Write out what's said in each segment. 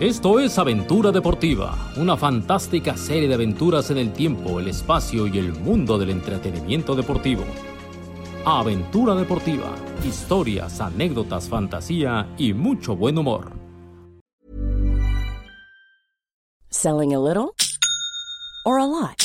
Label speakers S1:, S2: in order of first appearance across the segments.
S1: Esto es Aventura Deportiva, una fantástica serie de aventuras en el tiempo, el espacio y el mundo del entretenimiento deportivo. Aventura Deportiva, historias, anécdotas, fantasía y mucho buen humor.
S2: Selling a little or a lot?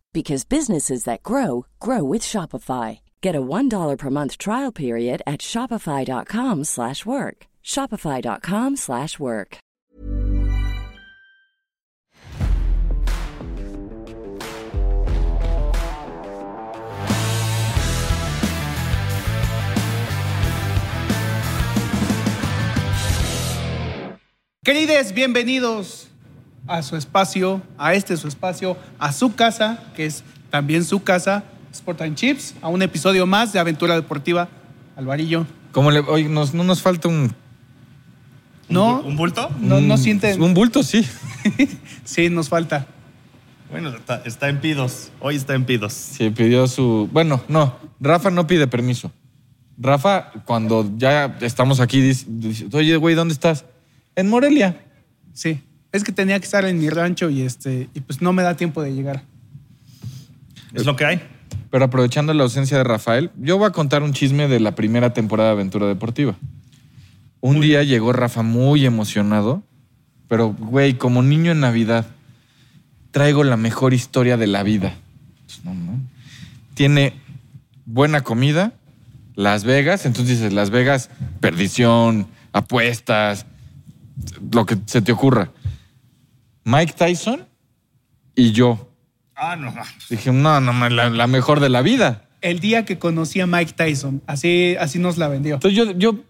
S2: because businesses that grow grow with Shopify. Get a $1 per month trial period at shopify.com/work. slash work. shopify.com/work. slash work.
S3: Querides, bienvenidos a su espacio, a este su espacio, a su casa, que es también su casa, Sport and Chips, a un episodio más de Aventura Deportiva. Alvarillo,
S4: Como le, oye, nos- no nos falta un.
S3: ¿no?
S5: ¿Un bulto?
S3: No, no
S4: un-
S3: sienten.
S4: Un bulto, sí.
S3: Sí, nos falta.
S5: Bueno, está, está en pidos. Hoy está en pidos.
S4: Se pidió su. Bueno, no. Rafa no pide permiso. Rafa, cuando ya estamos aquí, dice, dice, oye, güey, ¿dónde estás? En Morelia.
S3: Sí. Es que tenía que estar en mi rancho y este y pues no me da tiempo de llegar.
S5: Es lo que hay.
S4: Pero aprovechando la ausencia de Rafael, yo voy a contar un chisme de la primera temporada de Aventura Deportiva. Un día llegó Rafa muy emocionado, pero güey, como niño en Navidad, traigo la mejor historia de la vida. Pues, no, no. Tiene buena comida, Las Vegas, entonces dices, Las Vegas, perdición, apuestas, lo que se te ocurra. Mike Tyson y yo.
S5: Ah, no.
S4: Dije, no, no, ma, la- la mejor de la vida.
S3: El día que conocí a Mike Tyson, así, así nos la vendió.
S4: Entonces yo, yo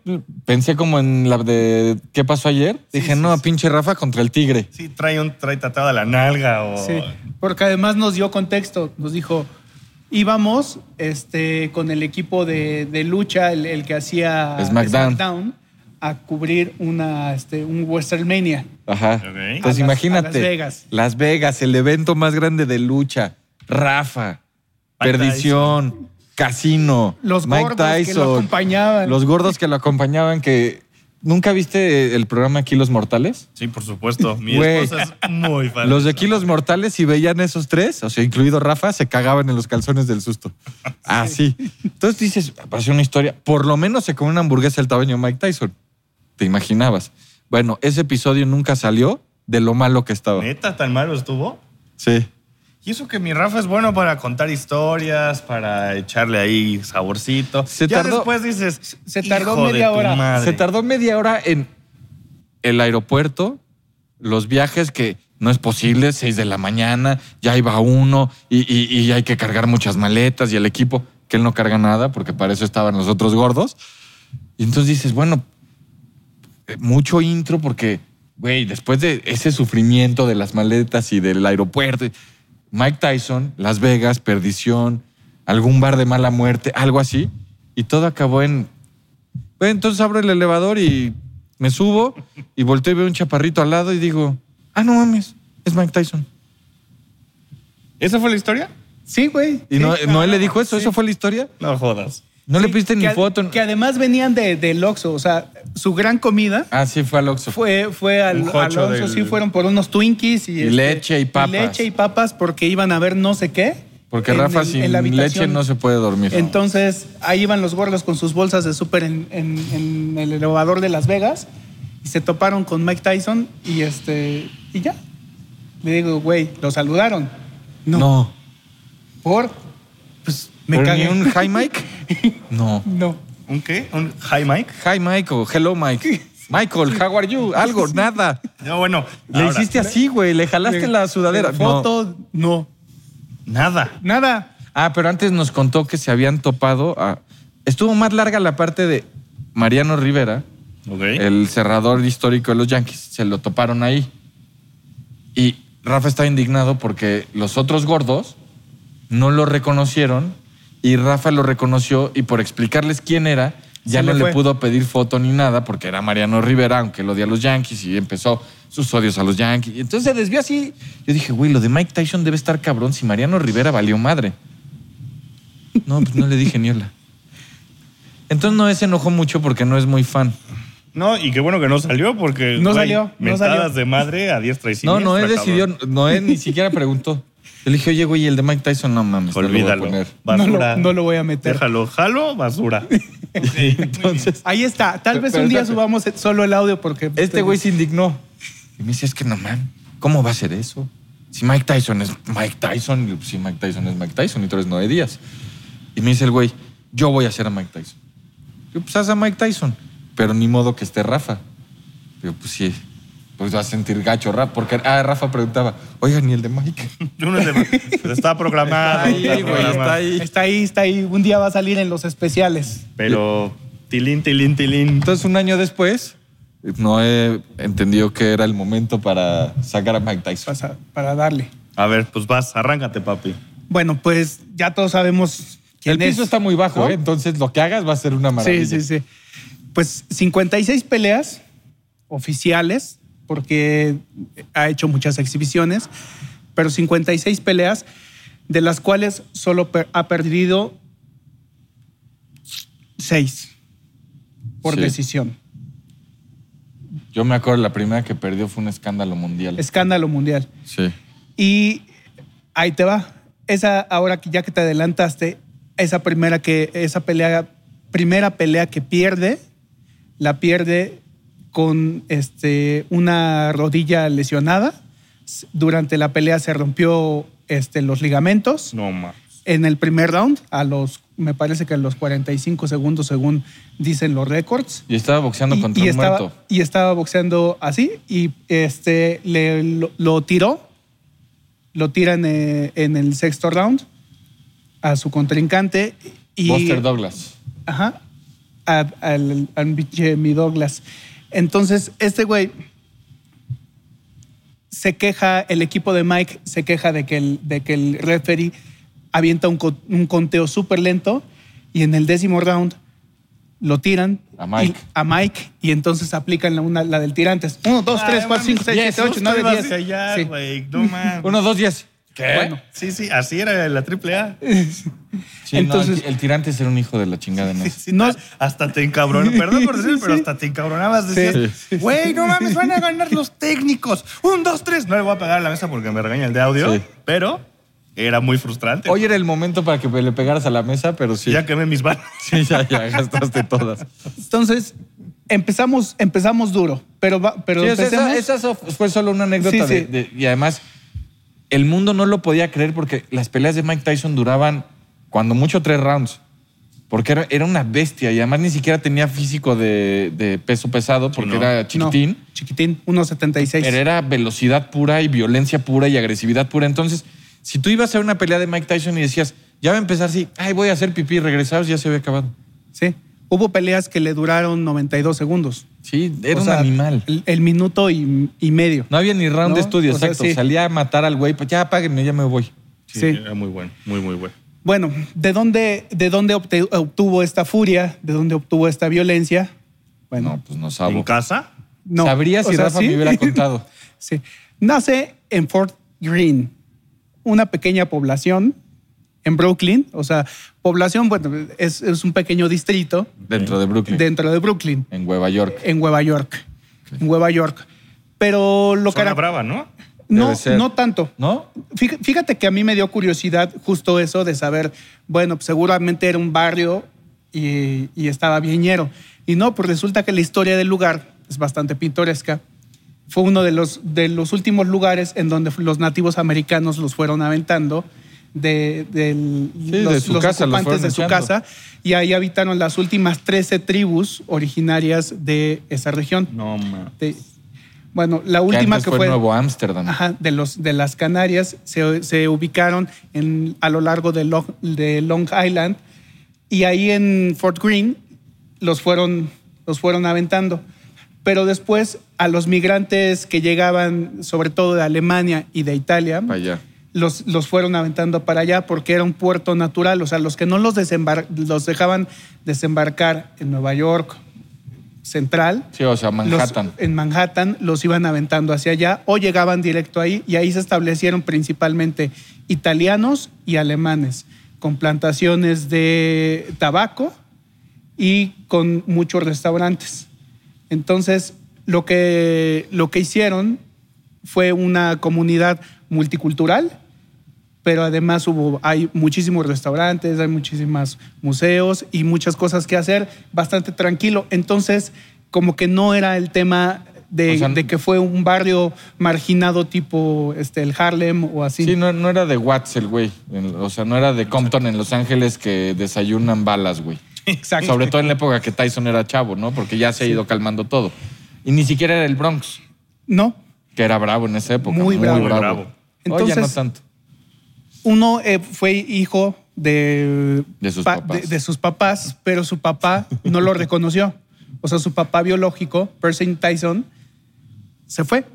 S4: pensé como en la de ¿qué pasó ayer? Dije, no, pinche Rafa contra el tigre.
S5: Sí, trae, un, trae tatuada la nalga o...
S3: Sí, porque además nos dio contexto, nos dijo, íbamos este, con el equipo de, de lucha, el, el que hacía
S4: SmackDown.
S3: a cubrir una, este, un WrestleMania.
S4: Ajá.
S5: Ok.
S3: A
S4: Entonces
S3: las-
S4: imagínate.
S3: a Las Vegas.
S4: Las Vegas, el evento más grande de lucha. Rafa.
S5: Mike
S4: perdición. Casino.
S3: Los
S4: Mike
S3: gordos que lo
S4: Tyson.
S3: acompañaban.
S4: Los gordos que lo acompañaban que... ¿Nunca viste el programa Aquí los Mortales?
S5: Sí, por supuesto. Mi
S4: Güey.
S5: esposa es muy fan.
S4: Los de aquí, los mortales, si veían esos tres, o sea, incluido Rafa, se cagaban en los calzones del susto. Así. Entonces dices, pasó una historia. Por lo menos se comió una hamburguesa del tamaño de Mike Tyson. Te imaginabas. Bueno, ese episodio nunca salió de lo malo que estaba.
S5: ¿Neta tan malo estuvo?
S4: Sí.
S5: Y eso que mi Rafa es bueno para contar historias, para echarle ahí saborcito.
S4: Se
S5: ya
S4: tardó-
S5: después dices,
S3: se tardó
S5: "Hijo de
S3: media
S5: tu
S3: hora".
S5: madre".
S4: Se tardó media hora en el aeropuerto, los viajes que no es posible, 6 de la mañana, ya iba uno y, y- y hay que cargar muchas maletas y el equipo, que él no carga nada porque para eso estaban los otros gordos. Y entonces dices, bueno, eh, mucho intro porque, güey, después de ese sufrimiento de las maletas y del aeropuerto, Mike Tyson, Las Vegas, Perdición, algún bar de mala muerte, algo así, y todo acabó en Güey, entonces abro el elevador y me subo y volteo y veo un chaparrito al lado y digo, ah, no mames, es Mike Tyson.
S5: ¿Esa fue la historia?
S3: Sí, güey.
S4: Y
S3: Sí,
S4: no,
S3: cabrón,
S4: no él le dijo eso,
S3: sí.
S4: eso fue la historia.
S5: No jodas.
S4: No le
S3: Sí,
S4: pediste ni
S3: que ad-
S4: foto.
S3: Que además venían de, del Oxxo, o sea, su gran comida
S4: Ah, sí, fue al Oxxo.
S3: fue, fue al,
S5: Un
S3: al
S5: jocho
S3: Oxxo,
S5: del-
S3: sí fueron por unos Twinkies. Y,
S4: Y leche y papas.
S3: leche y papas porque iban a ver no sé qué.
S4: Porque
S3: en
S4: Rafa
S3: el- en
S4: sin
S3: la
S4: leche
S3: habitación.
S4: no se puede dormir.
S3: Entonces, ahí iban los gordos con sus bolsas de súper en, en- en el elevador de Las Vegas y se toparon con Mike Tyson y este y ya. Le digo, güey, lo saludaron.
S4: no.
S3: No. ¿Por? Pues me
S4: ¿Pero
S3: cagué.
S4: ni un hi Mike? No.
S3: No.
S5: ¿Un qué? ¿Un high Mike?
S4: Hi Mike o hello Mike. Michael, how are you? Algo, nada.
S5: No, bueno.
S4: Le
S5: ahora,
S4: hiciste así, güey. Le jalaste la sudadera.
S3: De
S4: No.
S3: Foto, no.
S5: Nada.
S3: Nada.
S4: Ah, pero antes nos contó que se habían topado a. Estuvo más larga la parte de Mariano Rivera,
S5: Ok.
S4: el cerrador histórico de los Yankees. Se lo toparon ahí. Y Rafa está indignado porque los otros gordos no lo reconocieron y Rafa lo reconoció y por explicarles quién era, ya
S5: Se
S4: no
S5: le
S4: le
S5: fue.
S4: pudo pedir foto ni nada porque era Mariano Rivera, aunque lo odia a los Yankees y empezó sus odios a los Yankees. Y Entonces se desvió así. Yo dije, güey, lo de Mike Tyson debe estar cabrón si Mariano Rivera valió madre. No, pues no le dije ni hola. Entonces no se enojó mucho porque no es muy fan.
S5: No, y qué bueno que no salió porque.
S3: No
S5: güey,
S3: salió, no
S5: Mentadas
S3: salió.
S5: de madre a diestra y
S4: no,
S5: siniestra.
S4: Noé decidió,
S5: cabrón.
S4: Noé ni siquiera preguntó. Yo le dije, oye, güey, ¿y el de Mike Tyson, no mames. no lo voy a
S5: Olvídalo.
S4: poner".
S3: No lo-
S5: Basura.
S3: no lo voy a meter.
S5: Déjalo, jalo, basura.
S4: Entonces,
S3: Ahí está. Tal vez un día subamos solo el audio porque. pues,
S4: este güey se indignó. Y me dice, es que no mames, ¿cómo va a ser eso? Si Mike Tyson es Mike Tyson, y yo, pues, sí, Mike Tyson es Mike Tyson y tú eres Noé Díaz. Y me dice el güey, yo voy a hacer a Mike Tyson. Yo, pues haz a Mike Tyson, pero ni modo que esté Rafa. Yo, pues sí, pues va a sentir gacho Rafa, porque ah, Rafa preguntaba, oigan, ¿y el de Mike?
S5: Uno es de- pero está programado.
S4: Ahí,
S5: está
S4: güey,
S5: programado.
S4: está ahí.
S3: Está ahí, está ahí. Un día va a salir en los especiales.
S5: Pero tilín, tilín, tilín.
S4: Entonces, un año después, Noé entendió que era el momento para sacar a Mike Tyson.
S3: Para, para darle.
S5: A ver, pues vas, arráncate, papi.
S3: Bueno, pues ya todos sabemos quién
S4: El
S3: es.
S4: piso está muy bajo,
S3: ¿no?
S4: ¿eh? entonces lo que hagas va a ser una maravilla.
S3: Sí, sí, sí. Pues 56 peleas oficiales, porque ha hecho muchas exhibiciones, pero 56 peleas, de las cuales solo per- ha perdido 6 por
S4: Sí.
S3: decisión.
S4: Yo me acuerdo la primera que perdió fue un escándalo mundial.
S3: Escándalo mundial.
S4: Sí.
S3: Y ahí te va. Esa, ahora que ya que te adelantaste, esa primera que, esa pelea, primera pelea que pierde, la pierde con este, una rodilla lesionada. S- Durante la pelea se rompió este, los ligamentos.
S5: No más.
S3: En el primer round, a los, me parece que a los 45 segundos, según dicen los récords
S4: Y estaba boxeando contra un
S3: estaba,
S4: muerto.
S3: y estaba boxeando así y este, le, lo, lo tiró, lo tiran eh, en el sexto round a su contrincante y...
S4: Buster Douglas.
S3: Ajá, a- al, al pinche mi Douglas. Entonces, este güey se queja, el equipo de Mike se queja de que el, de que el referee avienta un, co- un conteo súper lento y en el décimo round lo tiran
S4: A Mike.
S3: y, a Mike, y entonces aplican la, una, la del tirantes. Uno, dos, tres, cuatro, cinco, seis, siete, ocho, nueve, diez. Sí.
S5: güey. No más.
S4: Uno, dos, diez. ¿Qué?
S5: Bueno, sí, sí, así era la triple A.
S4: Entonces,
S3: Entonces-
S4: el, tirante era un hijo de la chingada. ¿no?
S5: Sí, no, hasta te encabronabas. Perdón por decir, pero hasta te encabronabas. Decías, güey, no mames, van a ganar los técnicos. Un, dos, tres. No le voy a pegar a la mesa porque me regaña el de audio,
S4: Sí.
S5: pero era muy frustrante.
S4: Hoy era el momento para que le pegaras a la mesa, pero sí.
S5: Ya quemé mis manos.
S4: Sí, ya, ya gastaste todas.
S3: Entonces, empezamos, empezamos duro, pero, va- pero
S4: Sí, o sea,
S3: empecemos...
S4: esa, esa so- fue solo una
S3: Sí,
S4: anécdota
S3: sí.
S4: de- de- y además el mundo no lo podía creer porque las peleas de Mike Tyson duraban cuando mucho tres rounds. Porque era, era una bestia y además ni siquiera tenía físico de, de peso pesado porque
S5: no.
S4: era chiquitín.
S3: No, chiquitín, 1.76.
S4: Pero era velocidad pura y violencia pura y agresividad pura. Entonces, si tú ibas a una pelea de Mike Tyson y decías, ya va a empezar así, ay, voy a hacer pipí, regresados, ya se había acabado.
S3: Sí. Hubo peleas que le duraron 92 segundos.
S4: Sí, era
S3: O
S4: un
S3: sea,
S4: animal.
S3: El, el minuto y, y medio.
S4: No había ni round
S3: No,
S4: de estudio,
S3: o sea,
S4: exacto.
S3: sí.
S4: Salía a matar al güey, pues ya apáguenme, ya me voy.
S3: Sí.
S5: Era muy bueno, muy, muy bueno.
S3: Bueno, ¿de dónde, de dónde obte- obtuvo esta furia? ¿De dónde obtuvo esta violencia?
S4: No,
S3: Bueno,
S4: pues no
S5: ¿En
S4: sabo.
S5: casa?
S3: no.
S4: Sabría si
S3: O sea,
S4: Rafa
S3: sí.
S4: me hubiera contado.
S3: Sí. Nace en Fort Greene, una pequeña población en Brooklyn. O sea, población, bueno, es, es un pequeño distrito
S4: Dentro de Brooklyn.
S3: dentro de Brooklyn,
S4: En Nueva York.
S3: en Nueva York. En Nueva York. Pero lo
S5: Zona
S3: cara-
S5: brava, ¿no?
S3: No,
S4: Debe ser.
S3: no tanto.
S4: ¿No?
S3: Fí- Fíjate que a mí me dio curiosidad justo eso de saber, bueno, pues seguramente era un barrio y, y estaba viñero. Y no, pues resulta que la historia del lugar es bastante pintoresca. Fue uno de los, de los últimos lugares en donde los nativos americanos los fueron aventando de, del-
S4: Sí, de
S3: los,
S4: su
S3: los
S4: casa, los
S3: ocupantes
S4: fueron
S3: de su
S4: echando.
S3: casa. Y ahí habitaron las últimas 13 tribus originarias de esa región.
S5: No, man.
S3: De- bueno, la
S4: Que
S3: última
S4: antes
S3: que
S4: fue
S3: fue...
S4: Nuevo Ámsterdam.
S3: Ajá, de, los, de las Canarias se, se ubicaron en, a lo largo de Long, de Long Island y ahí en Fort Greene los fueron, los fueron aventando. Pero después a los migrantes que llegaban, sobre todo de Alemania y de Italia,
S4: Para allá.
S3: los, los fueron aventando para allá porque era un puerto natural. O sea, los que no los, desembar- los dejaban desembarcar en Nueva York central,
S4: Sí, o sea,
S3: los-
S4: Manhattan.
S3: en Manhattan los iban aventando hacia allá o llegaban directo ahí y ahí se establecieron principalmente italianos y alemanes con plantaciones de tabaco y con muchos restaurantes. Entonces, lo que, lo que hicieron fue una comunidad multicultural, pero además hubo, hay muchísimos restaurantes, hay muchísimos museos y muchas cosas que hacer, bastante tranquilo. Entonces, como que no era el tema de,
S4: O sea,
S3: de que fue un barrio marginado tipo este, el Harlem o así.
S4: Sí, no, no era de Watts el güey. En- O sea, no era de Compton en Los Ángeles que desayunan balas, güey.
S3: Exacto.
S4: Sobre todo en la época que Tyson era chavo, ¿no? Porque ya se ha ido calmando todo. Y ni siquiera era el Bronx,
S3: No,
S4: que era bravo en esa época.
S3: Muy bravo.
S5: Muy bravo.
S4: Hoy ya no
S3: Entonces-
S4: tanto.
S3: uno eh, fue hijo de,
S4: De sus papás.
S3: de- de sus papás, pero su papá no lo reconoció. O sea, su papá biológico, Percy Tyson, se fue,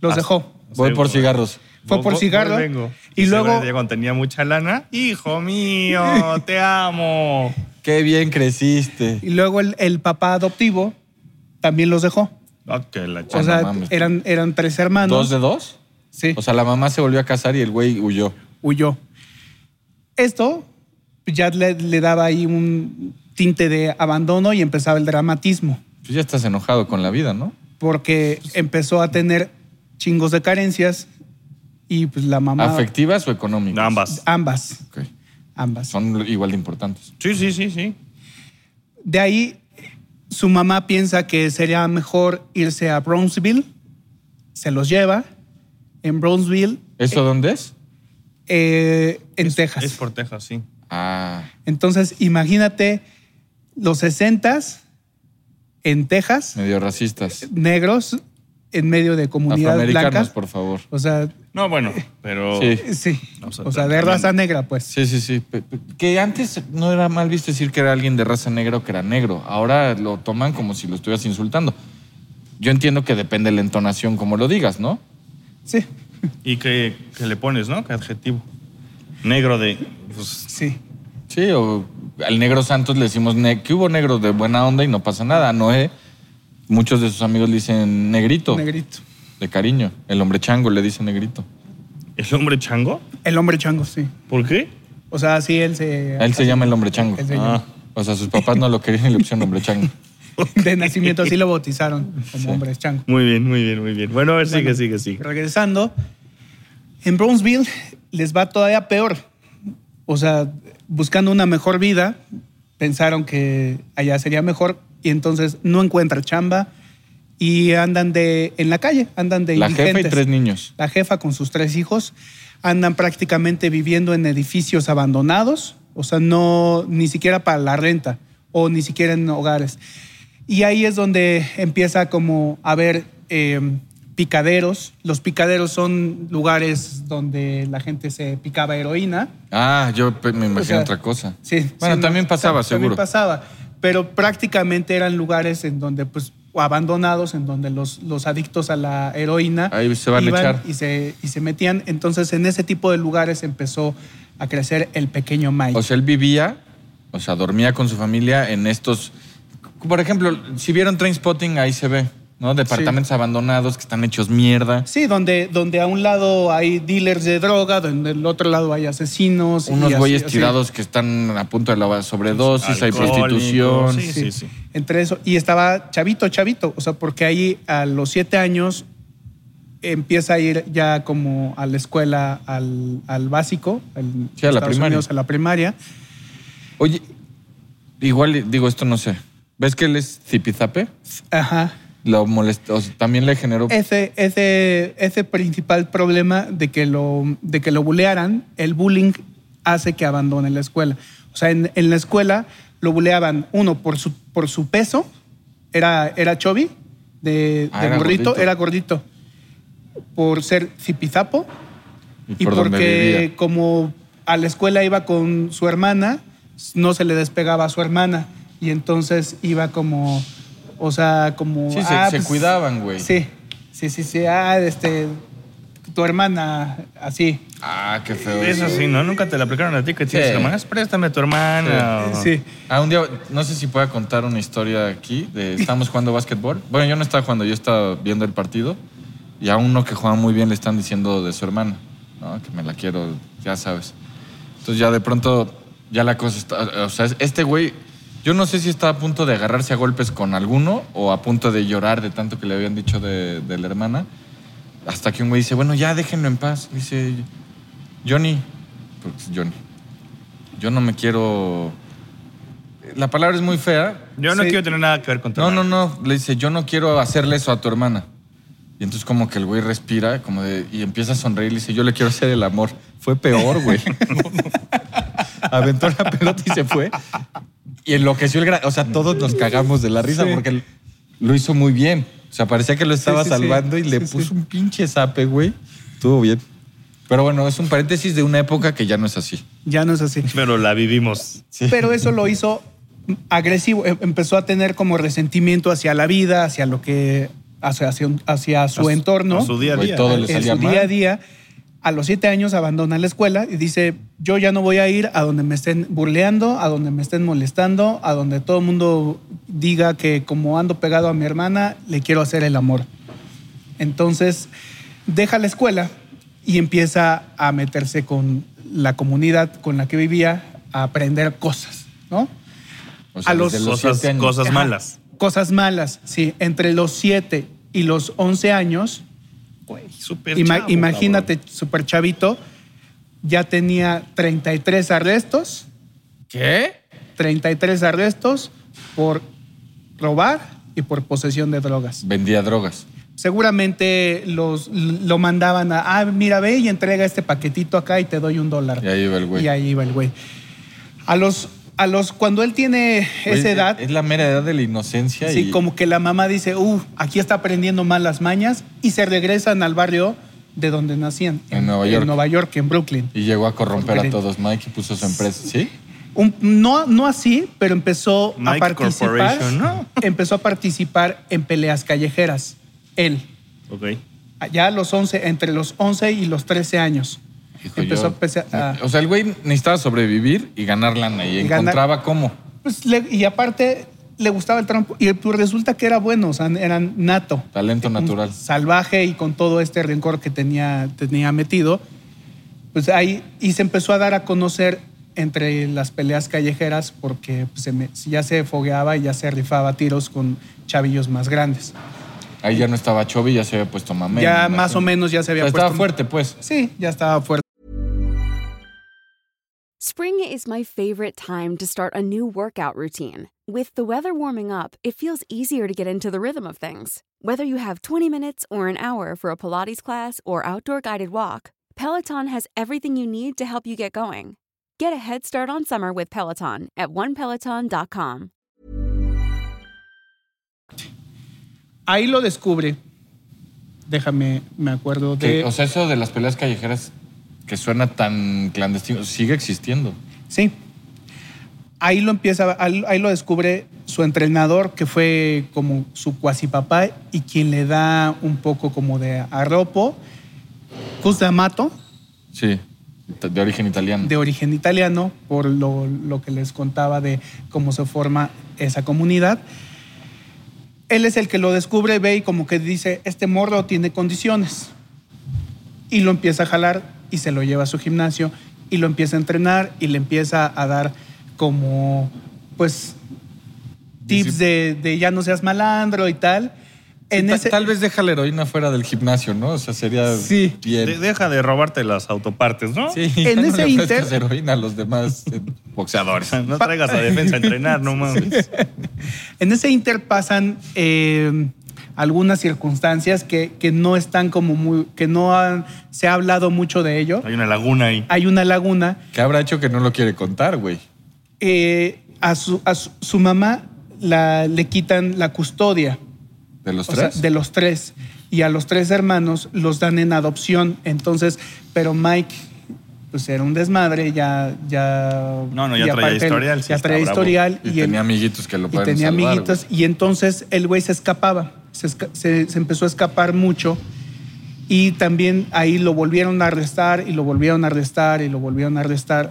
S3: los
S4: Ah.
S3: dejó.
S4: Voy por cigarros.
S3: Fue
S5: Vo-
S3: por
S5: vo-
S3: cigarro.
S5: voy, vengo.
S3: Y
S5: se
S3: luego-
S5: va ya cuando tenía mucha lana, hijo mío, te amo.
S4: Qué bien creciste.
S3: Y luego el, el papá adoptivo también los dejó.
S5: Ah, que la
S3: O
S5: ch-
S4: no
S3: sea,
S4: mames.
S3: eran, eran tres hermanos.
S4: ¿Dos de dos?
S3: Sí,
S4: O sea, la mamá se volvió a casar y el güey huyó.
S3: huyó. Esto ya le, le daba ahí un tinte de abandono y empezaba el dramatismo.
S4: Pues ya estás enojado con la vida, ¿no?
S3: porque empezó a tener chingos de carencias y pues la mamá
S4: ¿Afectivas o económicas?
S5: Ambas.
S3: ambas
S4: Ok.
S3: ambas
S4: Son igual de importantes.
S5: Sí, sí, sí, sí.
S3: de ahí su mamá piensa que sería mejor irse a Brownsville se los lleva en Brownsville
S4: ¿Eso dónde es?
S3: eh, en Texas
S5: Es por Texas, sí.
S4: Ah,
S3: entonces imagínate los 60s en Texas
S4: medio racistas.
S3: negros en medio de comunidades
S4: Afroamericanos,
S3: blancas
S4: por favor.
S3: o sea
S5: No, bueno, pero.
S4: Sí.
S3: sí
S5: O sea,
S3: o sea de raza negra pues
S4: Sí, sí, sí. Pe- pe- Que antes no era mal visto decir que era alguien de raza negra o que era negro. Ahora lo toman como si lo estuvieras insultando. Yo entiendo que depende de la entonación como lo digas, ¿no?
S3: sí
S5: ¿Y qué, qué le pones, no? ¿Qué adjetivo? Negro de. pues,
S3: sí
S4: Sí, o al negro Santos le decimos ne- que hubo negro de buena onda y no pasa nada. A Noé, muchos de sus amigos le dicen negrito,
S3: negrito
S4: de cariño. El hombre chango le dice negrito.
S5: ¿El hombre chango?
S3: El hombre chango, sí.
S5: ¿Por qué?
S3: O sea, sí, él se.
S4: A él se llama el hombre chango.
S3: Él se llama.
S4: Ah, O sea, sus papás no lo querían y le pusieron hombre chango.
S3: De nacimiento así lo bautizaron como hombre chango.
S5: Muy bien, muy bien, muy bien. Bueno, a ver, sigue,
S3: Bueno.
S5: sigue, sigue.
S3: Regresando, en Brownsville les va todavía peor. O sea, buscando una mejor vida, pensaron que allá sería mejor y entonces no encuentran chamba y andan de en la calle, andan de
S4: La jefa y
S3: indigentes.
S4: tres niños.
S3: La jefa con sus tres hijos andan prácticamente viviendo en edificios abandonados, o sea, no ni siquiera para la renta o ni siquiera en hogares. Y ahí es donde empieza como a haber eh, picaderos. Los picaderos son lugares donde la gente se picaba heroína.
S4: Ah, yo pe- me imagino
S3: O sea,
S4: otra cosa.
S3: Sí.
S4: Bueno,
S3: sí,
S4: también
S3: no,
S4: pasaba,
S3: tam- también
S4: seguro.
S3: pasaba. Pero prácticamente eran lugares en donde, pues, o abandonados, en donde los, los adictos a la heroína
S4: Ahí se van a
S3: iban
S4: echar.
S3: Y se, y se metían. Entonces, en ese tipo de lugares empezó a crecer el pequeño Mike.
S4: O sea, él vivía, o sea, dormía con su familia en estos. Por ejemplo, si vieron Train Spotting, ahí se ve, ¿no? Departamentos abandonados que están hechos mierda.
S3: sí, donde, donde a un lado hay dealers de droga, donde del otro lado hay asesinos. y
S4: Unos
S3: así,
S4: güeyes
S3: así.
S4: tirados que están a punto de la sobredosis, hay
S5: Alcohólicos,
S4: prostitución.
S5: sí, sí, sí.
S3: Entre eso. Y estaba chavito, chavito. O sea, porque ahí a los siete años empieza a ir ya como a la escuela, al, al básico, al-
S4: Sí, a la
S3: Estados
S4: primaria.
S3: Unidos, a la primaria.
S4: Oye, igual digo esto, no sé. ¿Ves que él es zipizape?
S3: Ajá.
S4: Lo molestó, o sea, también le generó.
S3: Ese, ese, ese principal problema de que, lo, de que lo bulearan, el bullying hace que abandone la escuela. O sea, en, en la escuela lo buleaban, uno, por su, por su peso, era, era chubby, de,
S4: Ah,
S3: de
S4: era
S3: burrito,
S4: gordito.
S3: era gordito. Por ser zipizapo,
S4: y
S3: Y
S4: por donde
S3: porque
S4: vivía.
S3: como a la escuela iba con su hermana, no se le despegaba a su hermana. Y entonces iba como O sea, como. "Ah, pues,
S4: Sí, se- se cuidaban, güey.
S3: Sí, sí, sí, sí. Ah, este. Tu hermana, así.
S4: Ah, qué feo.
S5: Eso sí, ¿no? Nunca te la aplicaron a ti que tienes
S4: Sí.
S5: hermanas. Préstame a tu hermana. o-
S3: Sí.
S4: Ah, un día, no sé si pueda contar una historia aquí. De, estábamos jugando básquetbol. Bueno, yo no estaba jugando, yo estaba viendo el partido. Y a uno que jugaba muy bien le están diciendo de su hermana, ¿no? Que me la quiero, ya sabes. Entonces ya de pronto, ya la cosa está... O sea, este güey, yo no sé si está a punto de agarrarse a golpes con alguno o a punto de llorar de tanto que le habían dicho de, de la hermana. Hasta que un güey dice, bueno, ya déjenlo en paz. Dice, Johnny, porque es Johnny, yo no me quiero... La palabra es muy fea.
S5: Yo no
S3: Sí.
S5: quiero tener nada que ver con tu
S4: No, no,
S5: hermana.
S4: no. Le dice, yo no quiero hacerle eso a tu hermana. Y entonces como que el güey respira como de, y empieza a sonreír y le dice, yo le quiero hacer el amor. Fue peor, güey. Aventó la pelota y se fue. Y enloqueció el gran... O sea, todos nos cagamos de la risa porque lo hizo muy bien. O sea, parecía que lo estaba
S3: sí, sí.
S4: salvando y le
S3: Sí, sí.
S4: puso un pinche zape, güey. Estuvo bien. Pero bueno, es un paréntesis de una época que ya no es así.
S3: Ya no es así.
S5: Pero la vivimos.
S3: Pero eso lo hizo agresivo. Em- Empezó a tener como resentimiento hacia la vida, hacia lo que. hacia, hacia un- hacia su
S5: A
S3: entorno.
S5: a su día a
S4: Güey,
S5: día.
S4: todo le
S3: en
S4: salía
S3: su
S4: mal.
S3: día a día. A los siete años abandona la escuela y dice, yo ya no voy a ir a donde me estén burleando, a donde me estén molestando, a donde todo el mundo diga que como ando pegado a mi hermana, le quiero hacer el amor. Entonces, deja la escuela y empieza a meterse con la comunidad con la que vivía, a aprender cosas, ¿no?
S4: O sea,
S3: A los-
S4: desde
S5: Cosas,
S4: siete años.
S5: cosas malas.
S3: Cosas malas, sí. Entre los siete y los once años,
S5: Güey, súper
S3: Ima-
S5: chavo,
S3: imagínate,
S5: cabrón.
S3: super chavito, ya tenía 33 arrestos,
S4: ¿Qué?
S3: 33 arrestos por robar y por posesión de drogas.
S4: Vendía drogas.
S3: Seguramente los, lo mandaban a, ah, mira, ve y entrega este paquetito acá y te doy un dólar.
S4: Y ahí iba el güey.
S3: Y ahí iba el güey. A los, a los, cuando él tiene
S4: Güey, eh,
S3: esa edad,
S4: Es la mera edad de la inocencia.
S3: sí,
S4: y,
S3: como que la mamá dice, uh, aquí está aprendiendo malas mañas y se regresan al barrio de donde nacían.
S4: En Nueva York.
S3: En Nueva York, en Brooklyn.
S4: y llegó a corromper a
S3: Porque-
S4: todos. Mike y puso su empresa. ¿Sí?
S3: Un- no, no así, pero empezó
S5: Mike
S3: a participar.
S5: Corporation, ¿no?
S3: Empezó a participar en peleas callejeras. Él,
S5: Ok.
S3: allá a los 11, entre los 11 y los 13 años.
S4: Dijo,
S3: empezó
S4: yo-
S3: a empezar a-
S4: O sea, el güey necesitaba sobrevivir y ganar lana. Y,
S3: Y ganar-
S4: encontraba cómo.
S3: pues, le- y aparte le gustaba el trampo. Y pues, resulta que era bueno, o sea, era nato.
S4: Talento
S3: Un
S4: natural.
S3: Salvaje y con todo este rencor que tenía, tenía metido. Pues ahí, y se empezó a dar a conocer entre las peleas callejeras porque pues, se me- ya se fogueaba y ya se rifaba a tiros con chavillos más grandes.
S4: Ahí ya no estaba Chovy, ya se había puesto mamé.
S3: ya
S4: me
S3: más o
S4: imagino.
S3: menos ya se había
S4: Pero estaba
S3: puesto-
S4: fuerte, pues.
S3: Sí, ya estaba fuerte.
S6: Spring is my favorite time to start a new workout routine. With the weather warming up, it feels easier to get into the rhythm of things. Whether you have 20 minutes or an hour for a Pilates class or outdoor guided walk, Peloton has everything you need to help you get going. Get a head start on summer with Peloton at onepeloton.com.
S3: Ahí lo descubre. Déjame, me acuerdo de.
S4: Que, o sea, eso de las peleas callejeras que suena tan clandestino sigue existiendo.
S3: Sí. Ahí lo empieza, ahí ahí lo descubre su entrenador, que fue como su cuasi papá y quien le da un poco como de arropo. Cus D'Amato,
S4: Sí. De origen italiano.
S3: de origen italiano, por lo, lo que les contaba de cómo se forma esa comunidad. Él es el que lo descubre, ve y como que dice, este morro tiene condiciones. Y lo empieza a jalar y se lo lleva a su gimnasio y lo empieza a entrenar y le empieza a dar como, pues, tips de, de ya no seas malandro y tal. En
S4: Ta-
S3: ese-
S4: Tal vez deja la heroína fuera del gimnasio, ¿no? O sea, sería
S3: Sí.
S4: bien.
S5: De- deja de robarte las autopartes, ¿no?
S4: Sí,
S3: En
S4: ya no
S3: ese
S4: le ofrezcas
S3: inter-
S4: heroína a los demás eh, boxeadores.
S5: No traigas a defensa a entrenar, no mames.
S3: En ese inter pasan eh, algunas circunstancias que, que no están como muy, que no han- se ha hablado mucho de ello.
S5: Hay una laguna ahí.
S3: Hay una laguna.
S4: ¿Qué habrá hecho que no lo quiere contar, güey?
S3: eh, a su, a su, su mamá la, le quitan la custodia
S4: ¿De los
S3: o sea,
S4: tres?
S3: de los tres. Y a los tres hermanos los dan en adopción. Entonces, pero Mike pues, pues era un desmadre, ya, ya.
S5: No, no, ya
S3: y
S5: traía
S3: aparte él-
S5: historial, sí,
S3: ya
S5: está
S3: traía
S5: bravo.
S3: historial
S4: Y,
S3: y,
S4: tenía
S3: él-
S4: amiguitos que lo
S3: y
S4: pueden
S3: tenía
S4: salvar,
S3: amiguitos.
S4: güey.
S3: Y entonces el güey se escapaba, se, esca- se- se empezó a escapar mucho. Y también ahí lo volvieron a arrestar y lo volvieron a arrestar y lo volvieron a arrestar.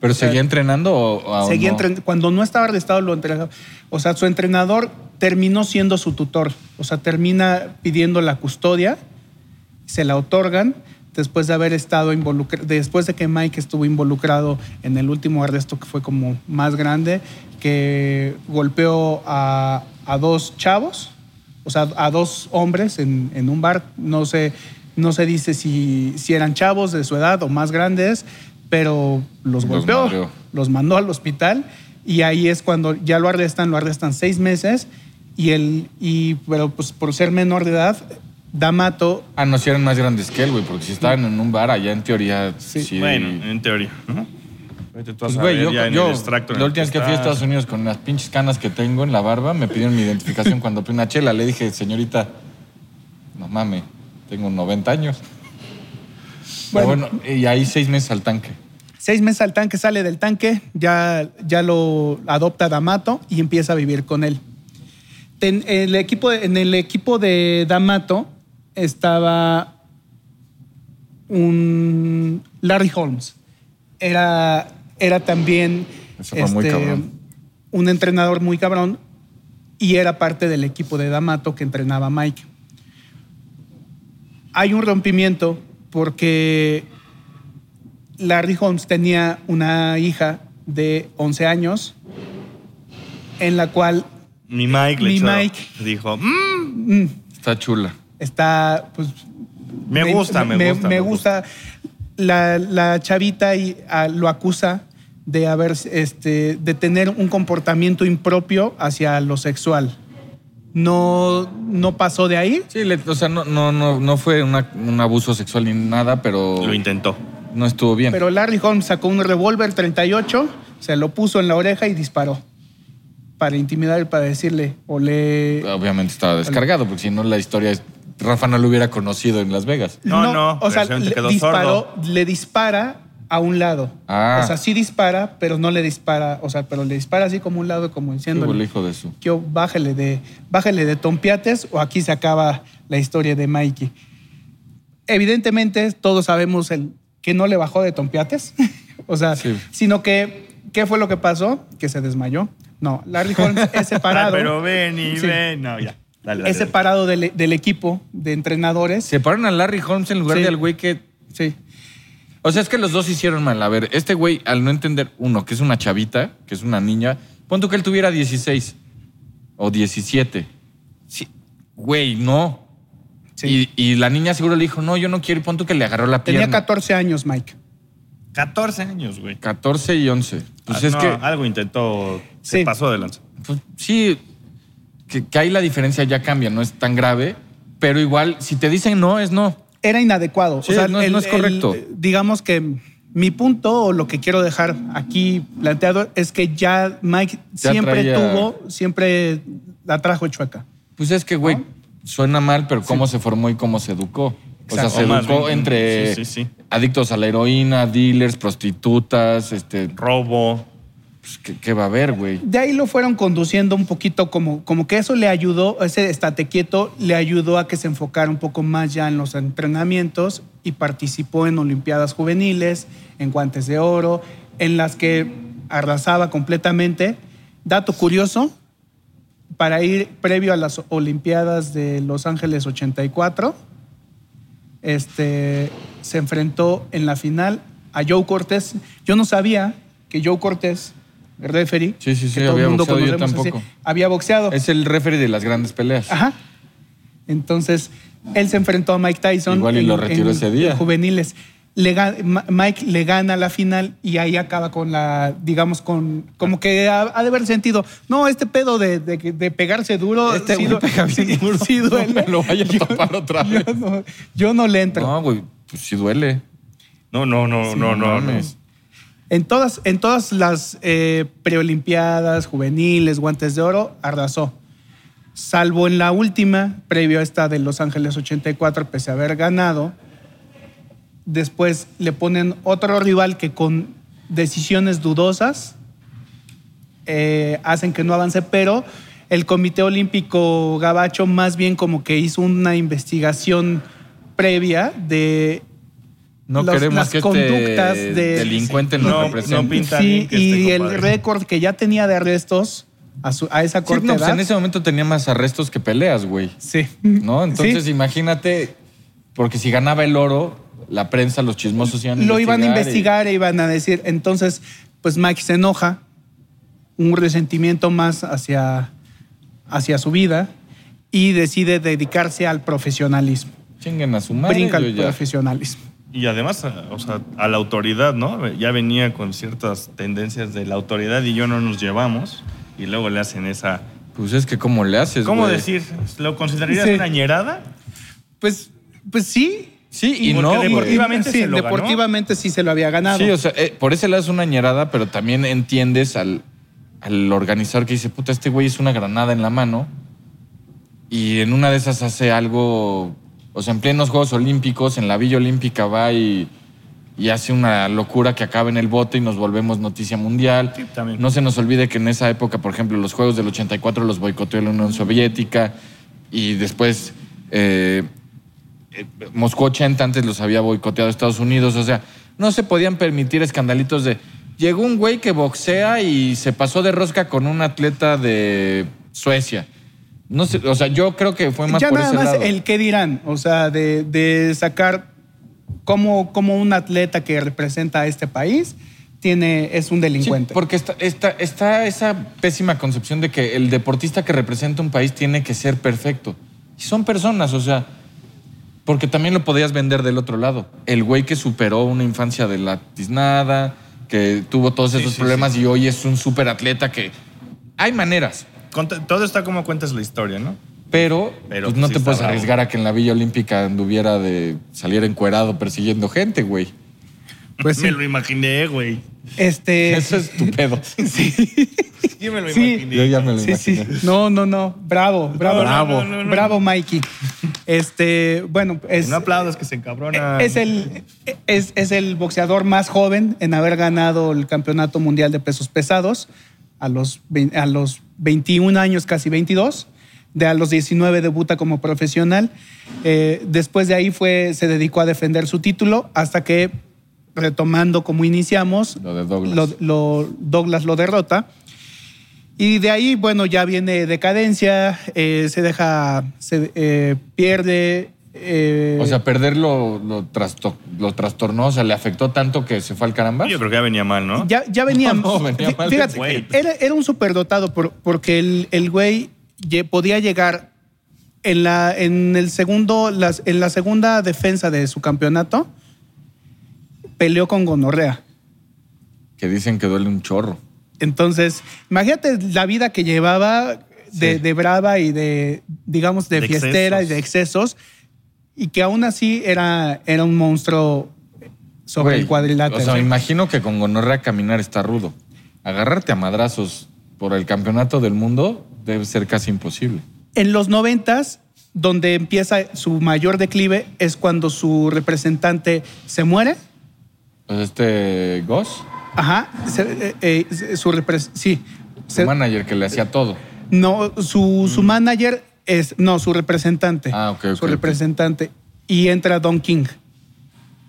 S4: ¿Pero
S3: o sea,
S4: seguía entrenando o, o aún
S3: Seguía
S4: no?
S3: entren- Cuando no estaba arrestado, lo entrenaba. O sea, su entrenador terminó siendo su tutor. O sea, termina pidiendo la custodia, se la otorgan después de haber estado involucrado, después de que Mike estuvo involucrado en el último arresto que fue como más grande, que golpeó a, a dos chavos, o sea, a dos hombres en, en un bar. No sé, no se dice si, si eran chavos de su edad o más grandes, pero los
S4: Los
S3: golpeó
S4: madreó.
S3: los mandó al hospital y ahí es cuando ya lo arrestan, lo arrestan seis meses y él, y, pero pues por ser menor de edad, D'Amato,
S4: Ah, no, si eran más grandes que él, güey, porque si estaban en un bar allá en teoría sí.
S3: Sí.
S5: Bueno, en teoría, ¿no? Vete tú a
S4: Pues,
S5: saber
S4: güey, yo,
S5: ya en
S4: yo
S5: el extracto en
S4: la
S5: el
S4: última vez que fui a
S5: estás.
S4: Estados Unidos con las pinches canas que tengo en la barba, me pidieron mi identificación cuando pedí una chela. Le dije, señorita, no mames, tengo 90 años. Pero
S3: Bueno.
S4: bueno, y ahí seis meses al tanque.
S3: seis meses al tanque, sale del tanque, ya, ya lo adopta D'Amato y empieza a vivir con él. Ten- el equipo, de- en el equipo de D'Amato estaba un Larry Holmes. Era, era también este,
S4: Ese fue muy cabrón.
S3: un entrenador muy cabrón y era parte del equipo de D'Amato que entrenaba a Mike. Hay un rompimiento porque Larry Holmes tenía una hija de 11 años en la cual
S5: Mi Mike le
S3: Mi
S5: echó-
S3: Mike.
S5: dijo, "Mm,
S4: Está chula.
S3: está pues
S5: me, gusta, me, gusta,
S3: Me gusta. La, la chavita y, ah, lo acusa de, haber, este, de tener un comportamiento impropio hacia lo sexual. No, no pasó de ahí.
S4: Sí, le- o sea, no, no, no, no fue una- un abuso sexual ni nada, pero
S5: Lo intentó.
S4: no estuvo bien.
S3: Pero Larry Holmes sacó un revólver 38, se lo puso en la oreja y disparó. Para intimidar, para decirle, o le...
S4: Obviamente estaba descargado, porque si no la historia es... Rafa no lo hubiera conocido en Las Vegas.
S5: No, no,
S3: O sea,
S5: precisamente
S3: le,
S5: quedó
S3: disparó,
S5: sordo. Ah,
S3: le dispara a un lado.
S4: Ah.
S3: O sea, sí dispara, pero no le dispara. O sea, pero le dispara así como un lado, como diciendo.
S4: Tuvo el hijo de su...
S3: yo bájale de, bájale de tompiates o aquí se acaba la historia de Mikey. Evidentemente, todos sabemos el, que no le bajó de tompiates, o sea,
S4: Sí.
S3: sino que, ¿qué fue lo que pasó? Que se desmayó. No, Larry Holmes es
S5: Ah,
S3: separado.
S5: pero ven y
S3: Sí.
S5: ven. No, ya. Dale, dale,
S3: Es
S5: dale.
S3: separado del, del equipo de entrenadores. Sí.
S4: Separaron a Larry Holmes en lugar
S3: Sí.
S4: del güey que O sea, es que los dos hicieron mal. A ver, este güey, al no entender, uno, que es una chavita, que es una niña, pon tú que él tuviera 16 o 17. Sí, güey, no.
S3: sí.
S4: Y, y la niña seguro le dijo, no, yo no quiero, y pon tú que le agarró la
S3: Tenía
S4: pierna.
S3: 14 años, Mike.
S5: 14 años, güey.
S4: 14 y 11. Pues
S5: Ah,
S4: es
S5: no,
S4: que,
S5: Algo intentó. Se
S3: Sí.
S5: pasó de lanza.
S4: pues, sí, que, que ahí la diferencia ya cambia, no es tan grave, pero igual, si te dicen no, es no.
S3: era inadecuado.
S4: Sí, no- no es correcto.
S3: digamos que mi punto o lo que quiero dejar aquí planteado es que ya Mike
S4: Ya
S3: siempre
S4: traía-
S3: tuvo, siempre la trajo chueca.
S4: Pues es que, güey, suena mal, pero cómo se formó y cómo se educó. O sea,
S3: Exacto.
S4: se
S5: O más
S4: educó
S5: bien,
S4: entre
S5: sí, sí, sí.
S4: adictos a la heroína, dealers, prostitutas, este,
S5: Robo.
S4: pues, ¿qué, qué va a haber, güey?
S3: De ahí lo fueron conduciendo un poquito como, como que eso le ayudó, ese estate quieto le ayudó a que se enfocara un poco más ya en los entrenamientos y participó en Olimpiadas Juveniles, en Guantes de Oro, en las que arrasaba completamente. Dato curioso, para ir previo a las Olimpiadas de Los Ángeles 84, este, se enfrentó en la final a Joe Cortés. Yo no sabía que Joe Cortés, el referee,
S4: Sí, sí, sí,
S3: que todo
S4: había
S3: el mundo
S4: boxeado, yo
S3: conocemos así,
S4: tampoco.
S3: había boxeado.
S4: Es el referee de las grandes peleas.
S3: Ajá. Entonces, él se enfrentó a Mike Tyson.
S4: Igual y lo retiró ese día.
S3: en Juveniles. Le ga- Ma- Mike le gana la final y ahí acaba con la, digamos, con. Como que ha, ha de haber sentido. No, este pedo de, de- de pegarse duro.
S4: Este
S3: sí
S4: güey
S3: du-
S4: pega bien
S3: sí-
S4: duro.
S3: sí
S4: No
S3: duele.
S4: me lo vaya a topar otra vez.
S3: Yo no, yo no le entro.
S4: No, güey, pues sí duele.
S5: No, no, no, no, no, no.
S4: mames.
S3: En todas, en todas las eh, preolimpiadas, juveniles, guantes de oro, arrasó. Salvo en la última, previo a esta de Los Ángeles 84, pese a haber ganado, Después le ponen otro rival que con decisiones dudosas eh, hacen que no avance, pero el Comité Olímpico Gabacho más bien como que hizo una investigación previa de
S4: No
S3: los-
S4: queremos
S3: las
S4: que
S3: conductas
S4: este
S3: de-
S4: delincuente nos
S5: No,
S4: represente.
S5: no pinta
S3: Sí,
S5: bien que esté,
S3: y el
S5: compadre.
S3: récord que ya tenía de arrestos a, su- a esa
S4: Sí,
S3: corta
S4: no, pues
S3: edad.
S4: en ese momento tenía más arrestos que peleas, güey.
S3: Sí.
S4: ¿No? Entonces
S3: Sí.
S4: imagínate, porque si ganaba el oro, la prensa, los chismosos iban a
S3: lo iban a investigar
S4: investigar
S3: e iban a decir. Entonces, pues Mike se enoja, un resentimiento más hacia, hacia su vida y decide dedicarse al profesionalismo.
S4: y Chinguen a su madre.
S3: Brinca
S4: yo
S3: al
S4: ya.
S3: profesionalismo.
S5: Y además, a- o sea, a la autoridad, ¿no? Ya venía con ciertas tendencias de la autoridad y yo no nos llevamos. Y luego le hacen esa.
S4: Pues es que, ¿cómo le haces,
S5: ¿Cómo
S4: güey?
S5: decir? ¿Lo considerarías
S3: Sí.
S5: una ñerada?
S3: Pues, pues sí.
S4: Sí, y,
S5: Porque
S4: no. güey.
S5: deportivamente
S3: Sí,
S5: se lo ganó.
S3: deportivamente sí se lo había ganado.
S4: Sí, o sea, eh, por ese lado es una ñerada, pero también entiendes al, al organizador que dice, puta, este güey es una granada en la mano y en una de esas hace algo, o sea, en plenos Juegos Olímpicos, en la Villa Olímpica va y, y hace una locura que acaba en el bote y nos volvemos noticia mundial.
S5: Sí, también.
S4: No se nos olvide que en esa época, por ejemplo, los Juegos del 84 los boicoteó la Unión Soviética y después... eh, eh, Moscú 80 antes los había boicoteado Estados Unidos. O sea, no se podían permitir escandalitos de. Llegó un güey que boxea y se pasó de rosca con un atleta de Suecia. No sé, o sea, yo creo que fue más
S3: ya
S4: por
S3: nada
S4: ese
S3: más
S4: lado.
S3: el qué dirán, o sea, de, de sacar cómo, cómo un atleta que representa a este país tiene, es un
S4: Sí,
S3: delincuente.
S4: porque está, está- está esa pésima concepción de que el deportista que representa un país tiene que ser perfecto. Y son personas, o sea, porque también lo podías vender del otro lado. El güey que superó una infancia de la tiznada, que tuvo todos esos problemas y hoy es un superatleta que... Hay maneras,
S5: Conta- Todo está como cuentas la historia, ¿no?
S4: pero,
S5: Pero,
S4: pues,
S5: pues,
S4: no
S5: sí
S4: te
S5: está
S4: puedes
S5: bravo.
S4: arriesgar a que en la Villa Olímpica anduviera de salir encuerado persiguiendo gente, güey.
S3: Pues sí.
S5: Me lo imaginé, güey.
S3: Este,
S4: Eso es tu pedo.
S5: Yo me lo
S3: Sí.
S5: imaginé.
S4: Yo ya me lo
S3: Sí, sí.
S4: imaginé.
S3: No, no, no. Bravo, bravo.
S5: Bravo. no, no, no.
S3: Bravo, Mikey. Este, bueno, es, e-
S5: No aplaudas que se encabrona.
S3: Eh, es, el, es, es el boxeador más joven en haber ganado el Campeonato Mundial de Pesos Pesados a los, vein- a los 21 años, casi 22. De a los 19 debuta como profesional. Eh, después de ahí fue, se dedicó a defender su título hasta que, retomando como iniciamos,
S4: Lo de Douglas.
S3: lo- lo- Douglas lo derrota. Y de ahí, bueno, ya viene decadencia, eh, se deja, se eh, pierde. eh,
S4: O sea, perderlo lo, trasto- lo trastornó, o sea, le afectó tanto que se fue al caramba.
S5: Yo creo que ya venía mal, ¿no?
S3: ya, ya venía.
S4: No, no, venía
S3: fí-
S4: mal
S3: fíjate,
S5: desde que-
S3: era, era un superdotado por- porque el, el güey lle- podía llegar en la, en el segundo, las- en la segunda defensa de su campeonato, peleó con gonorrea.
S4: Que dicen que duele un chorro.
S3: Entonces, imagínate la vida que llevaba de,
S4: Sí.
S3: de brava y de, digamos, de,
S5: De
S3: fiestera y de excesos, y que aún así era, era un monstruo sobre
S4: Güey,
S3: el cuadrilátero.
S4: O sea, me imagino que con gonorrea caminar está rudo. Agarrarte a madrazos por el campeonato del mundo debe ser casi imposible.
S3: en los noventas, donde empieza su mayor declive, es cuando su representante se muere.
S4: Pues este Goss,
S3: Ajá, se- eh, eh, se- su repres- sí.
S4: su
S3: Se-
S4: manager que le hacía todo.
S3: No, su, su manager es, no, su representante.
S4: Ah, ok, ok,
S3: Su
S4: ok.
S3: representante. Y entra Don King.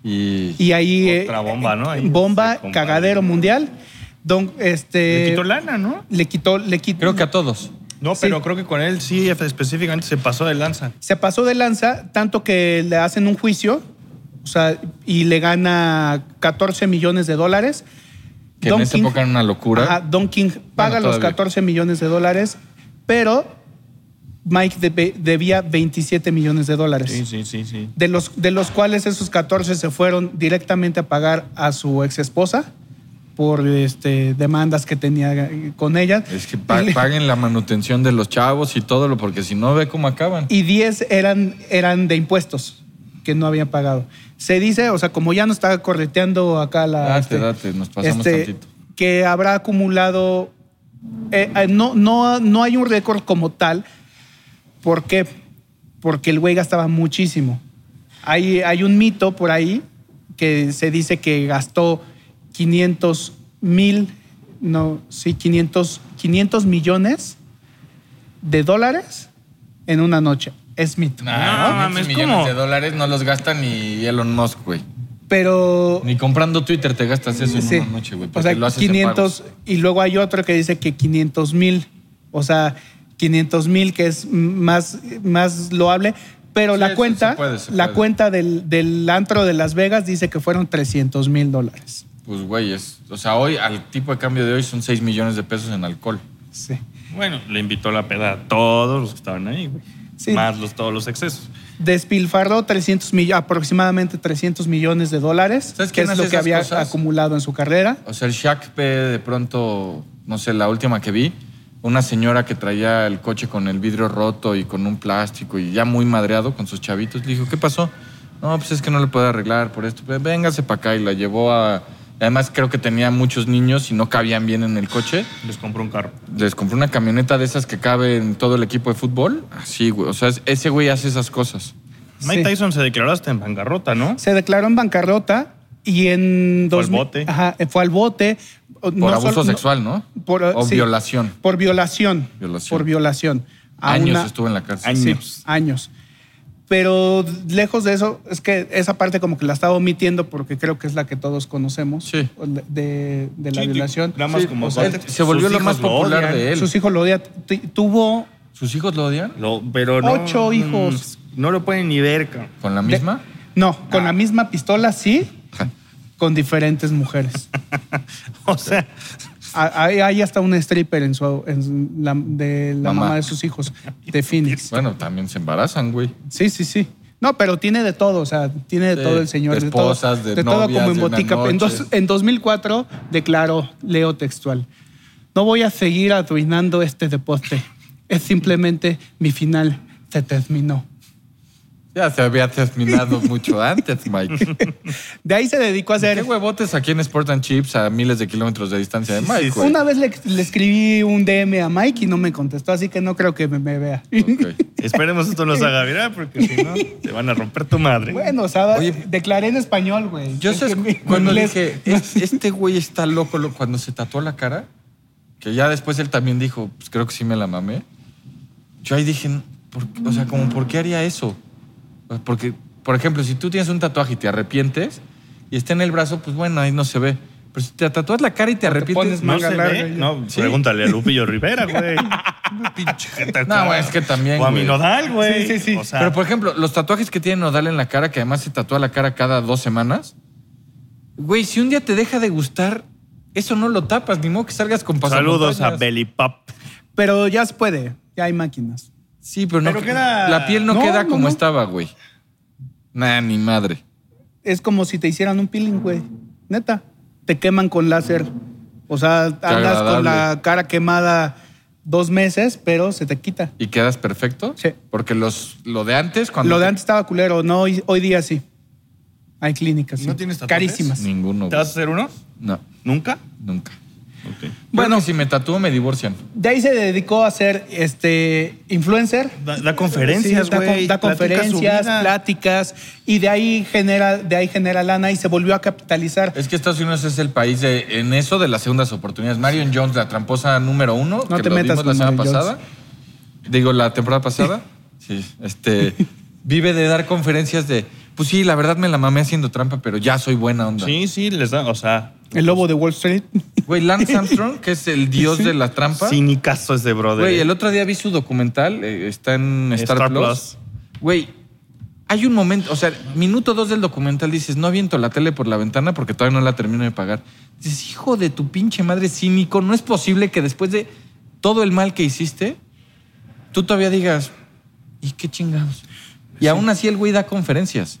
S4: Y,
S3: Y ahí. eh,
S5: Otra bomba, ¿no? Ahí
S3: bomba,
S5: se compara.
S3: cagadero mundial. Don, este,
S5: Le quitó lana, ¿no?
S3: Le quitó, le quitó.
S4: creo que a todos.
S5: No,
S3: Sí.
S5: pero creo que con él sí, específicamente se pasó de lanza.
S3: se pasó de lanza, tanto que le hacen un juicio, o sea, y le gana 14 millones de dólares.
S4: Que
S3: Don
S4: en esa
S3: King-
S4: época era una locura.
S3: Ajá, Don King paga los
S4: todavía.
S3: 14 millones de dólares, pero Mike debe- debía 27 millones de dólares.
S5: Sí, sí, sí, sí.
S3: De los, de los cuales esos 14 se fueron directamente a pagar a su ex esposa por este, demandas que tenía con ella.
S4: Es que pa- paguen la manutención de los chavos y todo lo, porque si no, ve cómo acaban.
S3: y 10 eran, eran de impuestos que no habían pagado. Se dice, o sea, como ya no está correteando acá la... este,
S4: Date, date, nos pasamos tantito.
S3: Que habrá acumulado... eh, eh, no, no, no hay un récord como tal. ¿Por qué? Porque el güey gastaba muchísimo. Hay, hay un mito por ahí que se dice que gastó 500 mil, no, sí, 500, 500 millones de dólares en una noche. Es mito.
S4: Ah,
S5: No, mames,
S4: 500 millones
S5: ¿cómo?
S4: de dólares no los gasta ni Elon Musk, güey.
S3: Pero
S4: Ni comprando Twitter te gastas eso
S3: Sí.
S4: en una noche, güey.
S3: O
S4: porque
S3: sea,
S4: lo haces en
S3: 500.
S4: pagos.
S3: Y luego hay otro que dice que 500 mil. O sea, 500 mil, que es más, más loable. Pero
S4: Sí,
S3: la
S4: eso
S3: cuenta,
S4: se puede, se
S3: la
S4: puede.
S3: cuenta del, del antro de Las Vegas dice que fueron 300 mil dólares.
S4: Pues, güey, es. O sea, hoy, al tipo de cambio de hoy, son 6 millones de pesos en alcohol.
S3: Sí.
S5: Bueno, le invitó la peda a todos los que estaban ahí, güey.
S3: Sí.
S5: Más los, todos los excesos.
S3: Despilfarró 300 millo- aproximadamente 300 millones de dólares,
S4: ¿Sabes
S3: que es
S4: quién hace
S3: lo que
S4: esas
S3: había
S4: cosas?
S3: acumulado en su carrera.
S4: O sea, el Shaq P, de pronto, no sé, la última que vi, una señora que traía el coche con el vidrio roto y con un plástico y ya muy madreado con sus chavitos, le dijo, ¿qué pasó? No, pues es que no le puedo arreglar por esto. Pues, véngase para acá y la llevó a... Además creo que tenía muchos niños y no cabían bien en el coche.
S5: Les compró un carro.
S4: Les compré una camioneta de esas que cabe en todo el equipo de fútbol. Así, güey. O sea, es- ese güey hace esas cosas.
S5: Mike
S3: Sí.
S5: Tyson se declaró hasta en bancarrota, ¿no?
S3: Se declaró en bancarrota y en...
S5: Fue al
S3: 2000
S5: bote.
S3: Ajá, fue al bote.
S4: Por abuso sexual, ¿no?
S3: Por, eh,
S4: o
S3: sí.
S4: violación.
S3: Por violación.
S4: Violación.
S3: Por violación. A
S4: Años
S3: una-
S4: estuvo en la cárcel.
S3: Sí,
S5: Años.
S3: años. Pero lejos de eso, es que esa parte como que la estaba omitiendo porque creo que es la que todos conocemos
S4: Sí.
S3: de, de la
S5: Sí,
S3: violación.
S5: nada más
S4: Sí,
S5: como
S4: o sea,
S5: dato.
S4: se volvió
S5: Sus
S4: lo más
S5: hijos
S4: popular
S5: odian.
S4: de él.
S3: Sus hijos lo odian. Tu- Tuvo
S4: ¿Sus hijos lo odian?
S5: Lo- pero no, mm,
S3: Ocho hijos.
S5: No lo pueden ni ver, cabrón.
S4: ¿Con la
S3: de-
S4: misma?
S3: no,
S4: Ah.
S3: con la misma pistola, sí, con diferentes mujeres.
S5: O sea,
S3: A- Hay, hay hasta un stripper en su, en la- de la
S4: Mamá.
S3: mamá. de sus hijos, de Phoenix.
S4: Bueno, también se embarazan, güey.
S3: Sí, sí, sí. No, pero tiene de todo, o sea, tiene de
S4: Sí,
S3: todo el señor.
S4: de esposas,
S3: todo,
S4: de
S3: todo
S4: novias,
S3: como en
S4: de una
S3: botica. En, dos-
S4: noche.
S3: en 2004 declaró, leo textual, no voy a seguir arruinando este deporte. Es simplemente mi final. Se terminó.
S4: Ya se había terminado mucho antes, Mike.
S3: De ahí se dedicó a
S4: ¿Qué
S3: hacer...
S4: huevotes aquí en Sport and Chips a miles de kilómetros de distancia de
S5: Sí, sí,
S4: Mike,
S5: sí.
S4: güey?
S3: Una vez le, le escribí un DM a Mike y no me contestó, así que no creo que me, me vea.
S4: Ok.
S5: esperemos esto los haga viral porque si no, te van a romper tu madre.
S3: Bueno, o sea,
S4: Oye,
S3: declaré en español, güey.
S4: Yo
S3: Es
S4: sé
S3: que mi- mi
S4: cuando
S3: inglés-
S4: dije, "Es- este güey está loco, lo- cuando se tatuó la cara, que ya después él también dijo, pues creo que sí me la mamé. Yo ahí dije, "¿Por qué?". o sea, como, ¿por qué haría eso? O sea, Porque, por ejemplo, si tú tienes un tatuaje y te arrepientes y está en el brazo, pues bueno, ahí no se ve. Pero si te tatúas la cara y te arrepientes,
S3: pones
S5: no
S3: manga
S5: se
S3: larga
S5: ve.
S3: y-
S5: No,
S4: Sí.
S5: pregúntale a Lupillo Rivera, güey.
S4: No, güey, es que también,
S5: O a
S4: güey.
S5: mi Nodal, güey.
S3: Sí, sí, sí.
S5: O sea,
S4: Pero, por ejemplo, los tatuajes que tiene Nodal en la cara, que además se tatúa la cara cada dos semanas. Güey, si un día te deja de gustar, eso no lo tapas, ni modo que salgas con pasamontañas.
S5: saludos a Belly Pop.
S3: Pero ya se puede, ya hay máquinas.
S4: Sí, pero no.
S5: Pero queda-
S4: La piel no,
S3: No,
S4: queda
S3: no,
S4: como
S3: no.
S4: estaba, güey. Nah, ni madre.
S3: es como si te hicieran un peeling, güey. Neta. Te queman con láser. O sea, andas con
S4: agradable.
S3: la cara quemada dos meses, pero se te quita.
S4: ¿Y quedas perfecto?
S3: Sí.
S4: Porque los, lo de antes, cuando.
S3: Lo de
S4: te-
S3: antes estaba culero, no, hoy, hoy día sí. Hay clínicas. sí.
S5: ¿No tienes tatuajes?
S3: Carísimas.
S4: Ninguno.
S5: ¿Te vas a
S4: güey.
S5: hacer uno?
S4: No,
S5: ¿Nunca?
S4: nunca.
S5: Ok.
S4: Bueno, si me tatúo, me divorcian.
S3: De ahí se dedicó a ser este, influencer.
S5: Da, da conferencias,
S3: Sí, da,
S5: güey.
S3: con- da
S5: platica su
S3: conferencias,
S5: vida.
S3: pláticas, y de ahí genera, de ahí genera lana y se volvió a capitalizar.
S4: Es que Estados Unidos es el país de, en eso de las segundas oportunidades. Marion Jones, la tramposa número uno,
S3: No
S4: que
S3: te
S4: lo
S3: metas
S4: vimos la
S3: con
S4: semana
S3: Marion
S4: pasada. Digo, la temporada pasada. Sí. Este. Vive de dar conferencias de. Pues sí, la verdad me la mamé haciendo trampa, pero ya soy buena onda.
S5: Sí, sí, les da, o sea,
S3: El lobo de Wall Street.
S4: Güey, Lance Armstrong, que es el dios de la trampa.
S5: cínicazo ese brother. eh.
S4: Güey, el otro día vi su documental, eh, está en Star,
S5: Star
S4: Plus.
S5: Plus.
S4: Güey, hay un momento, o sea, minuto dos del documental dices, no aviento la tele por la ventana porque todavía no la termino de pagar. Dices, hijo de tu pinche madre cínico, no es posible que después de todo el mal que hiciste, tú todavía digas, ¿y qué chingados? Y aún así el güey da conferencias.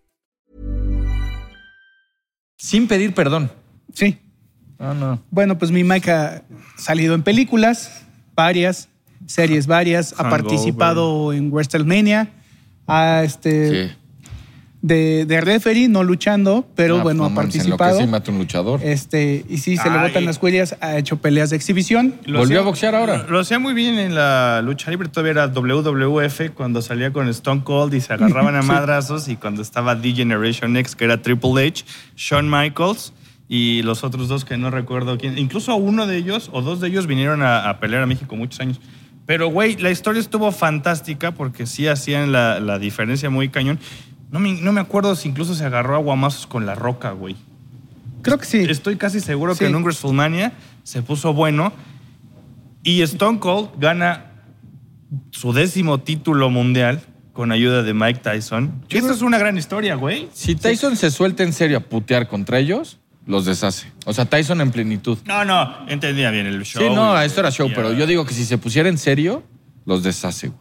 S4: Sin pedir perdón.
S3: Sí.
S4: No, no.
S3: Bueno, pues mi Mike ha salido en películas, varias, series varias, ha
S5: Hangover.
S3: participado en WrestleMania, ha este,
S4: Sí.
S3: de, de referee, no luchando, pero
S4: Ah,
S3: bueno,
S4: no
S3: ha
S4: mames, en lo que
S3: participado.
S4: sí mata un luchador.
S3: Este, y sí, se le
S5: Ah,
S3: botan
S5: y-
S3: las cuellas, ha hecho peleas de exhibición.
S5: Lo
S4: Volvió
S5: hacía-
S4: a boxear ahora.
S5: Lo hacía muy bien en la lucha libre. Todavía era WWF cuando salía con Stone Cold y se agarraban a madrazos. Y cuando estaba D-Generation X, que era Triple H, Shawn Michaels y los otros dos que no recuerdo quién. Incluso uno de ellos o dos de ellos vinieron a, a pelear a México muchos años. Pero, güey, la historia estuvo fantástica porque sí hacían la, la diferencia muy cañón. No me, no me acuerdo si incluso se agarró a guamazos con la roca, güey.
S3: Creo que sí.
S5: Estoy casi seguro
S3: Sí.
S5: que en un WrestleMania se puso bueno. Y Stone Cold gana su décimo título mundial con ayuda de Mike Tyson. Esa es una gran historia, güey.
S4: Si Tyson se suelta en serio a putear contra ellos, los deshace. O sea, Tyson en plenitud.
S5: No, no, entendía bien el show.
S4: Sí, no,
S5: y-
S4: esto era show,
S5: y-
S4: pero yo digo que si se pusiera en serio, los deshace, güey.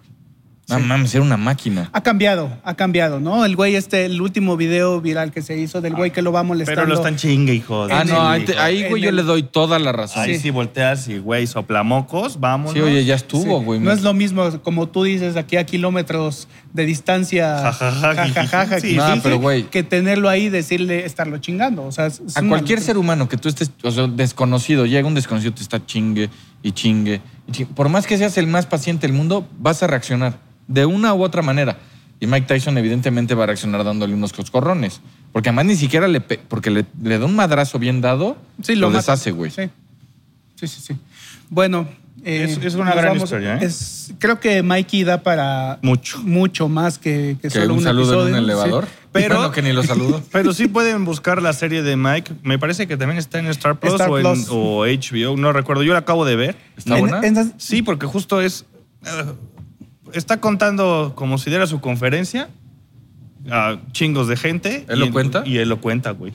S4: No mames, era una máquina.
S3: Ha cambiado, ha cambiado, ¿no? El güey este, el último video viral que se hizo del güey que lo va molestando.
S5: Ah, Pero lo están chingue, hijo. de-
S4: Ah, no, ahí,
S5: hijo.
S4: te- ahí,
S3: En
S4: güey, yo
S3: el-
S4: le doy toda la razón.
S5: Ahí
S4: Sí,
S5: sí. volteas y, güey, soplamocos, vámonos.
S4: oye, ya
S3: Sí.
S4: estuvo, güey.
S3: No es lo mismo, como tú dices, aquí a kilómetros de distancia,
S5: Ja, ja, ja,
S3: jajaja,
S5: sí.
S3: que
S4: No,
S3: dije,
S4: pero, güey.
S3: que tenerlo ahí y decirle, estarlo chingando. O sea, es
S4: A
S3: una
S4: cualquier
S3: locura.
S4: ser humano que tú estés, o sea, desconocido, llega un desconocido, te está chingue y chingue. y chingue. Por más que seas el más paciente del mundo, vas a reaccionar de una u otra manera. Y Mike Tyson evidentemente va a reaccionar dándole unos coscorrones. Porque además ni siquiera le... pe- Porque le, le da un madrazo bien dado,
S3: Sí,
S4: lo,
S3: mata.
S4: deshace, güey.
S3: Sí. sí, sí, sí. Bueno. eh,
S5: Es- es una
S3: nos
S5: gran historia, ¿eh?
S3: es- creo que Mikey da para
S5: Mucho.
S3: mucho más que, que
S4: Que
S3: solo
S4: un, saludo
S3: episodio,
S4: en un
S3: sí.
S4: elevador.
S5: Pero-
S4: Bueno, que ni lo saludo.
S5: Pero sí pueden buscar la serie de Mike. Me parece que también está en Star Plus,
S3: Star
S5: o, en-
S3: Plus.
S5: o HBO, no recuerdo. Yo la acabo de ver.
S4: ¿Está
S3: En-
S4: buena?
S3: en-
S5: Sí, porque justo es. eh, está contando como si diera su conferencia a chingos de gente.
S4: ¿Él lo
S5: Y-
S4: cuenta?
S5: Y él lo cuenta, güey.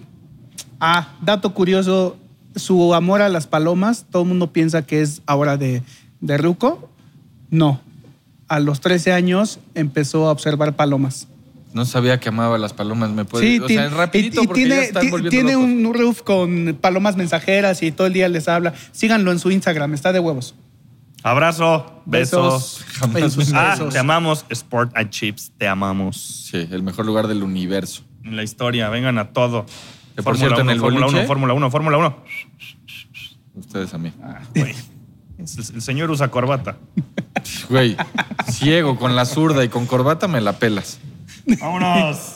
S3: Ah, dato curioso, su amor a las palomas, todo el mundo piensa que es ahora de, de Ruco. No, a los 13 años empezó a observar palomas.
S4: No sabía que amaba las palomas. Me puede... Pues, o
S3: ti-
S4: sea, rapidito
S3: y- y
S4: porque ya están
S3: ti-
S4: volviendo
S3: tiene
S4: locos.
S3: un roof con palomas mensajeras y todo el día les habla. Síganlo en su Instagram, está de huevos.
S5: Abrazo, besos.
S4: Jamás
S3: en sus
S5: Ah,
S3: besos.
S5: te amamos, Sport and Chips, te amamos.
S4: Sí, el mejor lugar del universo.
S5: En la historia, vengan a todo.
S4: Que por cierto, en el
S5: Fórmula
S4: boliche-
S5: 1, Fórmula 1, Fórmula 1.
S4: Ustedes a mí.
S5: El, el señor usa corbata.
S4: Güey, ciego, con la zurda y con corbata me la pelas.
S5: ¡Vámonos!